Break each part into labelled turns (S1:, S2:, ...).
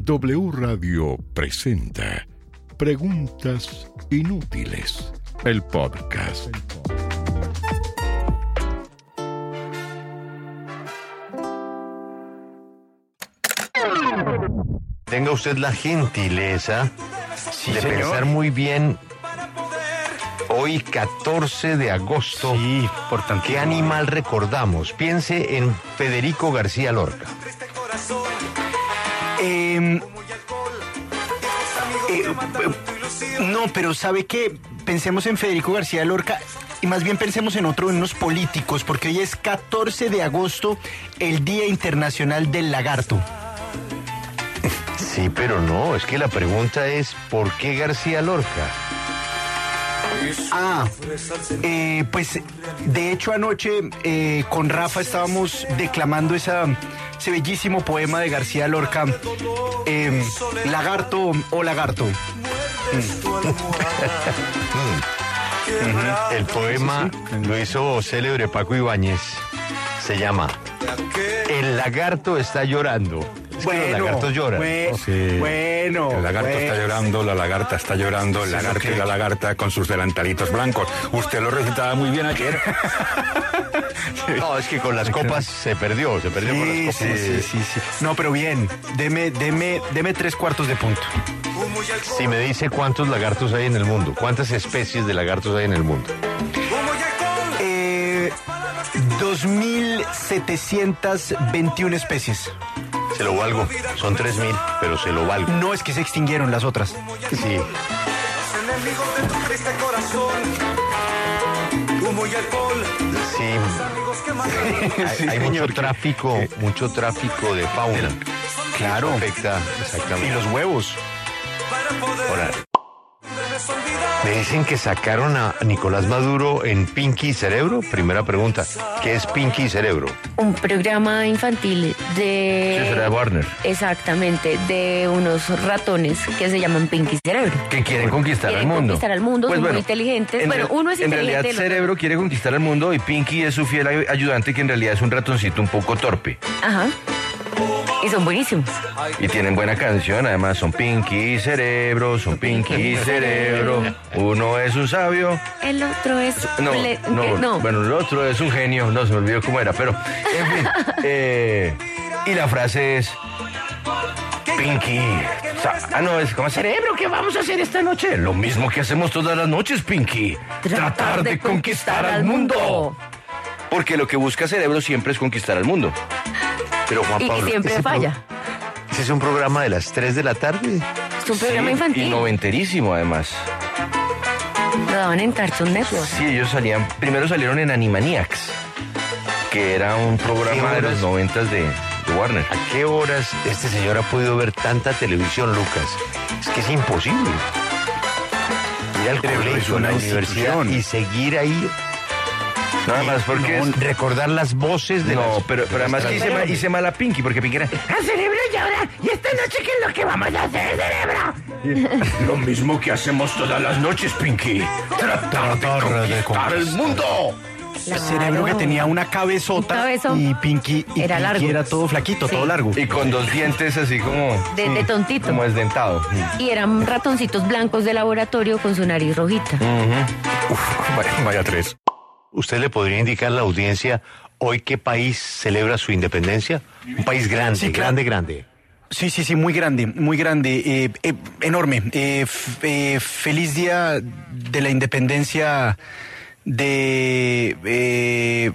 S1: W Radio presenta Preguntas Inútiles, el podcast.
S2: Tenga usted la gentileza de
S3: señor.
S2: pensar muy bien hoy 14 de agosto
S3: Sí, por tanto.
S2: qué animal recordamos. Piense en Federico García Lorca.
S3: Eh, eh, no, pero ¿sabe qué? Pensemos en Federico García Lorca y más bien pensemos en otro, en unos políticos, porque hoy es 14 de agosto, el Día Internacional del Lagarto.
S2: Sí, pero no, es que la pregunta es ¿por qué García Lorca?
S3: Ah, eh, pues de hecho anoche eh, con Rafa estábamos declamando esa, ese bellísimo poema de García Lorca, eh, Lagarto o Lagarto.
S2: El poema lo hizo célebre Paco Ibáñez. Se llama El lagarto está llorando. Es que los lagartos lloran.
S3: bue- pues, bueno,
S4: Oh,
S3: pues.
S4: El lagarto
S3: bueno.
S4: está llorando, la lagarta está llorando, el lagarto y la lagarta con sus delantalitos blancos. Usted lo recitaba muy bien ayer.
S2: No, es que con las copas se perdió, se perdió con
S3: Sí,
S2: las
S3: sí,
S2: copas.
S3: sí, sí, sí. No, pero bien, deme, deme, deme tres cuartos de punto.
S2: Si me dice cuántos lagartos hay en el mundo, cuántas especies de lagartos hay en el mundo.
S3: Eh, 2.721 especies.
S2: Se lo valgo. Son 3.000, pero se lo valgo.
S3: No es que se extinguieron las otras.
S2: Sí. Sí. Hay, hay mucho tráfico, mucho tráfico de fauna.
S3: Claro.
S2: Eso Afecta
S3: Y
S2: exactamente.
S3: los huevos.
S2: Ahora, me dicen que sacaron a Nicolás Maduro en Pinky y Cerebro. Primera pregunta. ¿Qué es Pinky y Cerebro?
S5: Un programa infantil
S2: Sí, será de
S5: de...
S2: Warner.
S5: Exactamente, de unos ratones que se llaman Pinky Cerebro.
S6: que quieren conquistar
S5: Quieren
S6: al mundo. Pues
S5: conquistar al mundo, son muy
S6: bueno,
S5: inteligentes.
S6: en
S5: Bueno,
S6: real-
S5: uno es
S6: En
S5: inteligente,
S6: realidad,
S5: el otro-
S6: Cerebro quiere conquistar al mundo y Pinky es su fiel ay- ayudante, que en realidad es un ratoncito un poco torpe.
S5: Ajá. Y son buenísimos.
S6: Y tienen buena canción, además son Pinky y Cerebro, son Pinky y Cerebro. Uno es un sabio.
S5: El otro es...
S6: No,
S5: ple-
S6: no,
S5: que- no.
S6: bueno, el otro es un genio, no se me olvidó cómo era, pero en fin. eh, y la frase es. Pinky. o sea, ah, no, es como cerebro, ¿qué vamos a hacer esta noche? Lo mismo que hacemos todas las noches, Pinky. Tratar, de conquistar al mundo. Porque lo que busca cerebro siempre es conquistar al mundo.
S2: Pero
S6: Ah,
S2: Juan
S5: Y, y
S2: Pablo.
S5: siempre
S2: ese pro-
S5: falla.
S2: ese es un programa de las 3 de la tarde.
S5: Es un programa
S6: Sí,
S5: infantil.
S6: Y noventerísimo, además.
S5: Lo daban en Cartoon Network.
S6: Pues Sí, ellos salían, primero salieron en Animaniacs, que era un programa de
S2: horas?
S6: los noventas de, de Warner.
S2: ¿A qué horas este señor ha podido ver tanta televisión, Lucas? Es que es imposible. Ir al
S4: Pero es
S2: colegio, a la
S4: una
S2: universidad
S4: institución.
S2: y seguir ahí.
S6: Nada
S2: y
S6: más porque
S2: no
S6: es-
S2: recordar las voces de
S6: No,
S2: las-
S6: pero, pero
S2: de las
S6: además que hice, ma-
S2: transmisiones.
S6: hice mal a Pinky, porque Pinky era... ¡Al cerebro y ahora! ¿Y esta noche qué es lo que vamos a hacer, cerebro?
S4: Lo mismo que hacemos todas las noches, Pinky. Tratar de conquistar el mundo.
S3: El cerebro que tenía una
S5: Un
S3: cabezota
S5: cabezo.
S3: y Pinky, y
S5: Era
S3: Pinky
S5: largo.
S3: era todo flaquito,
S5: Sí.
S3: todo largo.
S6: Y con dos dientes así como...
S5: De- de tontito.
S6: Como desdentado.
S5: Y eran ratoncitos blancos de laboratorio con su nariz rojita.
S4: Uf, vaya, vaya tres.
S2: ¿Usted le podría indicar a la audiencia hoy qué país celebra su independencia? Un país grande,
S3: Sí, claro.
S2: grande, grande.
S3: Sí, sí, sí, muy grande, muy grande, eh, eh, enorme. Eh, f- eh, feliz día de la independencia de eh,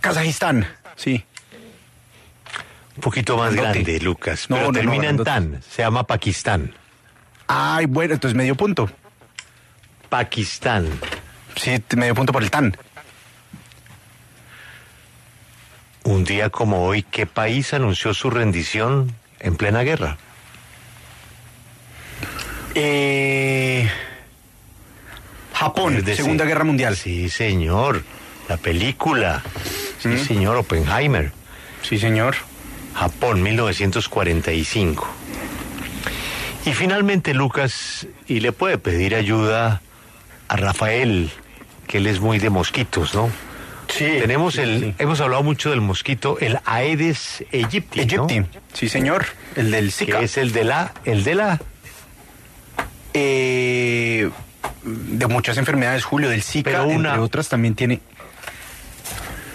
S3: Kazajistán, sí.
S2: Un poquito más
S3: Grandote.
S2: grande, Lucas.
S3: No,
S2: pero
S3: no, no,
S2: termina en
S3: grandote.
S2: tan. Se llama Pakistán.
S3: Ay, bueno, entonces medio punto.
S2: Pakistán.
S3: Sí, medio punto por el tan.
S2: Un día como hoy, ¿qué país anunció su rendición en plena guerra?
S3: Eh, Japón,
S2: Acuérdese.
S3: Segunda Guerra Mundial.
S2: Sí, señor. La película. Sí,
S3: ¿Mm?
S2: señor. Oppenheimer.
S3: Sí, señor.
S2: Japón, 1945. Y finalmente, Lucas, y le puede pedir ayuda a Rafael, que él es muy de mosquitos, ¿no?
S3: Sí.
S2: Tenemos
S3: sí,
S2: el,
S3: sí.
S2: hemos hablado mucho del mosquito, el Aedes aegypti, ¿no?
S3: Egipti. Sí, señor. El del Zika.
S2: que es el de la, el de la,
S3: Eh, de muchas enfermedades, Julio, del Zika,
S2: Pero una-
S3: entre otras también tiene.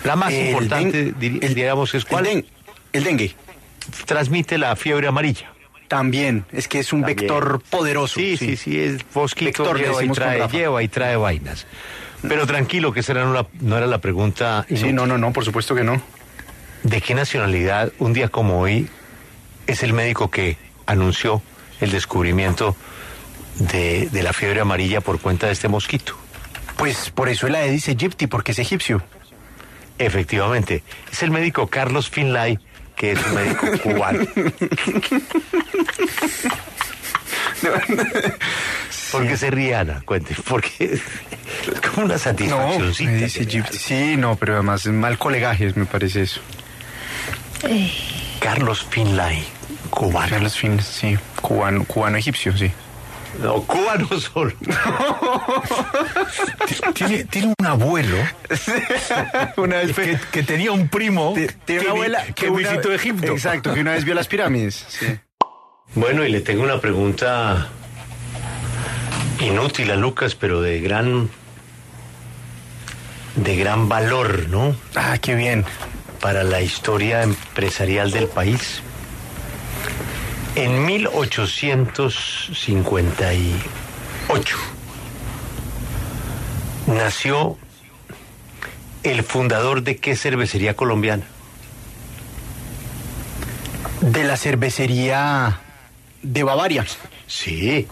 S2: la más
S3: el
S2: importante,
S3: den-
S2: diri-
S3: el-
S2: diríamos que es cuál
S3: El, den- el dengue.
S2: transmite la fiebre amarilla.
S3: También. Es que es un
S2: También.
S3: vector poderoso.
S2: Sí, sí, sí, es mosquito
S3: Vector, le
S2: lleva, y
S3: decimos con
S2: trae,
S3: Rafa.
S2: lleva y trae vainas. Pero tranquilo, que esa era una- no era la pregunta.
S3: Sí,
S2: inútil.
S3: no, no, no, por supuesto que no.
S2: ¿De qué nacionalidad un día como hoy es el médico que anunció el descubrimiento de, de la fiebre amarilla por cuenta de este mosquito?
S3: Pues por eso el Aedes aegypti, porque es egipcio.
S2: Efectivamente, es el médico Carlos Finlay, que es un médico cubano. ¿Por qué se ríe Ana? Cuente, porque es como una satisfaccióncita.
S3: Aedes aegypti. Sí, no, pero además es mal colegaje, me parece eso.
S2: Carlos Finlay, cubano.
S3: Carlos Fines, sí. Cubano, cubano egipcio, sí.
S2: No, cubano solo.
S6: Tiene, tiene un abuelo
S3: Una vez fue-
S6: que, que tenía un primo
S3: Te-
S6: que,
S3: tiene una
S6: vi-
S3: abuela
S6: que
S3: una-
S6: visitó Egipto.
S3: Exacto, que una vez vio las pirámides. Sí.
S2: Bueno, y le tengo una pregunta inútil a Lucas, pero de gran de gran valor, ¿no?
S3: Ah, qué bien.
S2: Para la historia empresarial del país. En 1858 nació el fundador de qué cervecería colombiana?
S3: De la cervecería de Bavaria.
S2: Sí,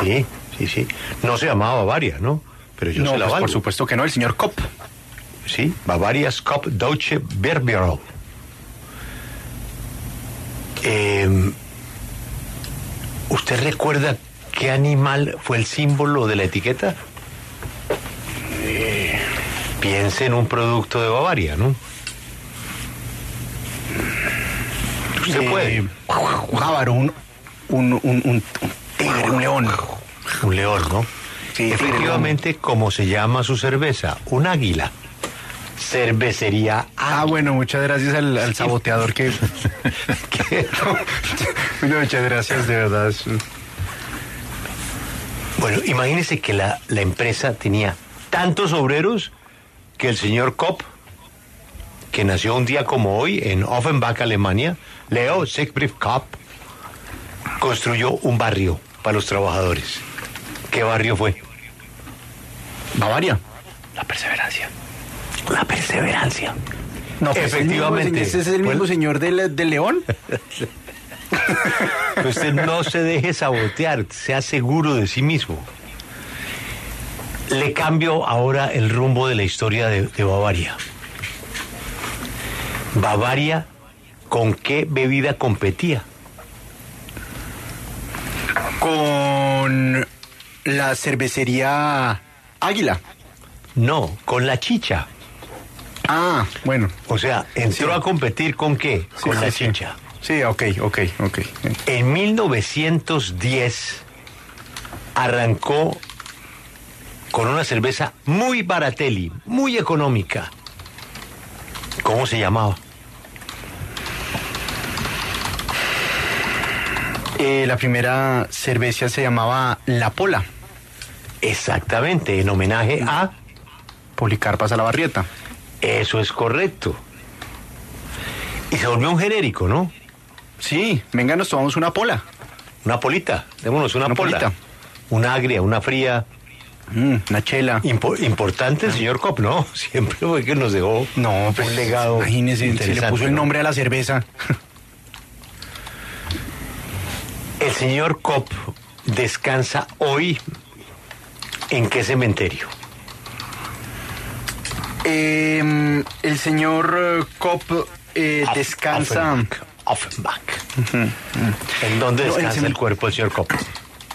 S2: sí, sí, sí. No se llamaba Bavaria, ¿no? Pero yo
S3: no,
S2: se la
S3: pues,
S2: valgo.
S3: por supuesto que no, el señor Kopp.
S2: Sí, Bavaria Skop Deutsche Beerbüro. Eh, ¿Usted recuerda qué animal fue el símbolo de la etiqueta? piense en un producto de Bavaria, ¿no? Usted
S3: Eh,
S2: puede.
S3: Bávaro, un, un, un, un- un tigre, un león.
S2: Un león, ¿no?
S3: Sí,
S2: Efectivamente, como se llama su cerveza, un águila. Cervecería
S3: Ah, bueno, muchas gracias al, al saboteador que...
S2: que-
S3: Bueno, muchas gracias, de verdad. es-
S2: Bueno, imagínese que la, la empresa tenía tantos obreros que el señor Kopp, que nació un día como hoy en Offenbach, Alemania, Leo Siegfried Kopp, construyó un barrio para los trabajadores. ¿Qué barrio fue?
S3: Bavaria.
S2: La perseverancia. La perseverancia.
S3: No, pues,
S2: Efectivamente.
S3: ¿Ese es el mismo
S2: Bueno.
S3: señor del, del león?
S2: Usted no se deje sabotear, sea seguro de sí mismo. Le cambio ahora el rumbo de la historia de, de Bavaria. Bavaria, ¿con qué bebida competía?
S3: Con la cervecería Águila.
S2: No, con la chicha.
S3: Ah, bueno.
S2: O sea, entró a competir con qué?
S3: Sí,
S2: con
S3: sí,
S2: la
S3: sí.
S2: chicha.
S3: Sí, ok, ok, ok.
S2: En 1910 arrancó con una cerveza muy baratelli, muy económica. ¿Cómo se llamaba?
S3: Eh, la primera cerveza se llamaba La Pola,
S2: Exactamente, en homenaje a...
S3: Policarpa Salabarrieta.
S2: Eso es correcto. Y se volvió un genérico, ¿no?
S3: Sí, venga, nos tomamos una pola.
S2: Una polita, démonos una,
S3: Una
S2: pola.
S3: polita.
S2: Una agria, una fría.
S3: Mm, una chela.
S2: Impo- importante el señor Cop, ¿no? Siempre fue que nos dejó
S3: No, pues
S2: un legado.
S3: imagínese, si le
S2: interesante,
S3: puso el
S2: ¿no?
S3: nombre a la cerveza.
S2: El señor Cop descansa hoy en qué cementerio?
S3: Eh, el señor Cop Ah,
S2: Off-
S3: descansa.
S2: Offenbach. Offenbach. ¿En dónde
S3: No, el
S2: descansa
S3: señor-
S2: el cuerpo del señor Cop?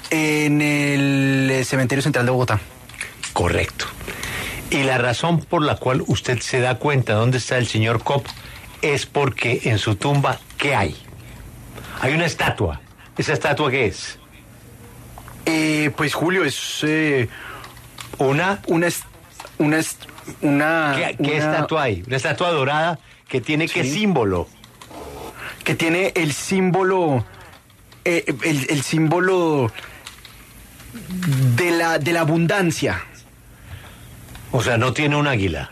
S3: En el eh, cementerio central de Bogotá.
S2: Correcto. Y la razón por la cual usted se da cuenta dónde está el señor Cop es porque en su tumba, ¿qué hay? Hay una estatua. ¿Esa estatua qué es?
S3: Eh, pues Julio es eh,
S2: Una.
S3: una est- una est- una
S2: ¿Qué, qué
S3: Ah, una-
S2: estatua hay? Una estatua dorada que tiene qué
S3: Sí.
S2: símbolo.
S3: que tiene el símbolo eh, el, el símbolo de la de la abundancia.
S2: O sea, no tiene un águila.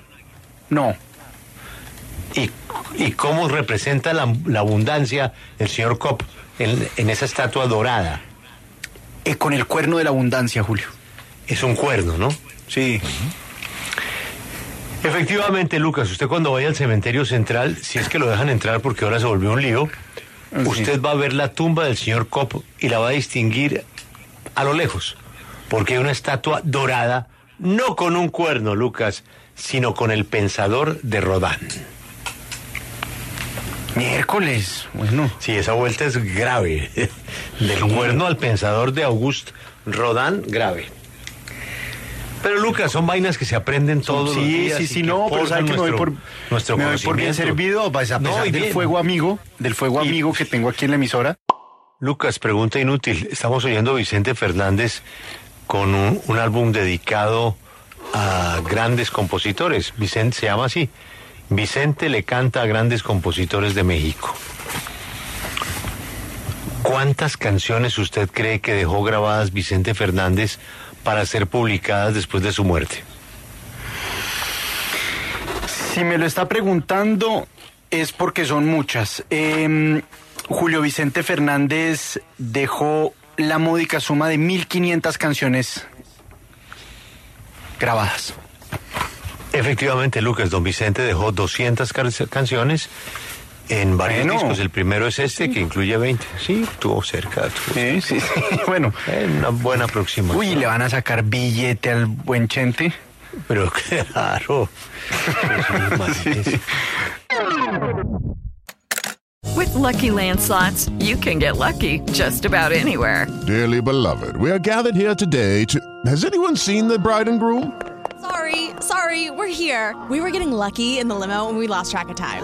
S3: No.
S2: ¿Y, y cómo representa la, la abundancia el señor Cop en, en esa estatua dorada?
S3: eh, con el cuerno de la abundancia, Julio.
S2: Es un cuerno, ¿no?
S3: Sí.
S2: Efectivamente, Lucas, usted cuando vaya al cementerio central, si es que lo dejan entrar porque ahora se volvió un lío,
S3: Ah,
S2: usted va a ver la tumba del señor Cop y la va a distinguir a lo lejos, porque hay una estatua dorada, no con un cuerno, Lucas, sino con el pensador de Rodán.
S3: Miércoles. Bueno.
S2: Sí, esa vuelta es grave. Del cuerno al pensador de Auguste Rodán, grave. Pero Lucas, son vainas que se aprenden todos los
S3: sí,
S2: días.
S3: sí,
S2: y
S3: sí, no, pero
S2: forjan
S3: sabe que me voy
S2: nuestro-
S3: por,
S2: nuestro
S3: me doy por bien
S2: conocimiento.
S3: servido, pues, a
S2: No,
S3: pesar
S2: y
S3: del
S2: bien.
S3: fuego amigo, del fuego amigo que tengo aquí en la emisora.
S2: Lucas, pregunta inútil. Estamos oyendo a Vicente Fernández con un, un álbum dedicado a grandes compositores. Vicente se llama así. Vicente le canta a grandes compositores de México. ¿Cuántas canciones usted cree que dejó grabadas Vicente Fernández para ser publicadas después de su muerte?
S3: Si me lo está preguntando, es porque son muchas. Em, Julio Vicente Fernández dejó la módica suma de 1500 canciones grabadas.
S2: Efectivamente, Lucas, don Vicente dejó 200 car- canciones en varios
S3: Bueno.
S2: discos. El primero es este, que incluye 20. Sí, estuvo cerca. estuvo
S3: Sí, sí, sí. Bueno,
S2: Eh, Una buena aproximación.
S3: uy, le van a sacar billete al buen Chente.
S2: Pero claro. Pero sí, imagínese.
S7: With Lucky Land slots, you can get lucky just about anywhere.
S8: Dearly beloved, we are gathered here today to. Has anyone seen the bride and groom?
S9: Sorry, sorry, we're here. We were getting lucky in the limo and we lost track of time.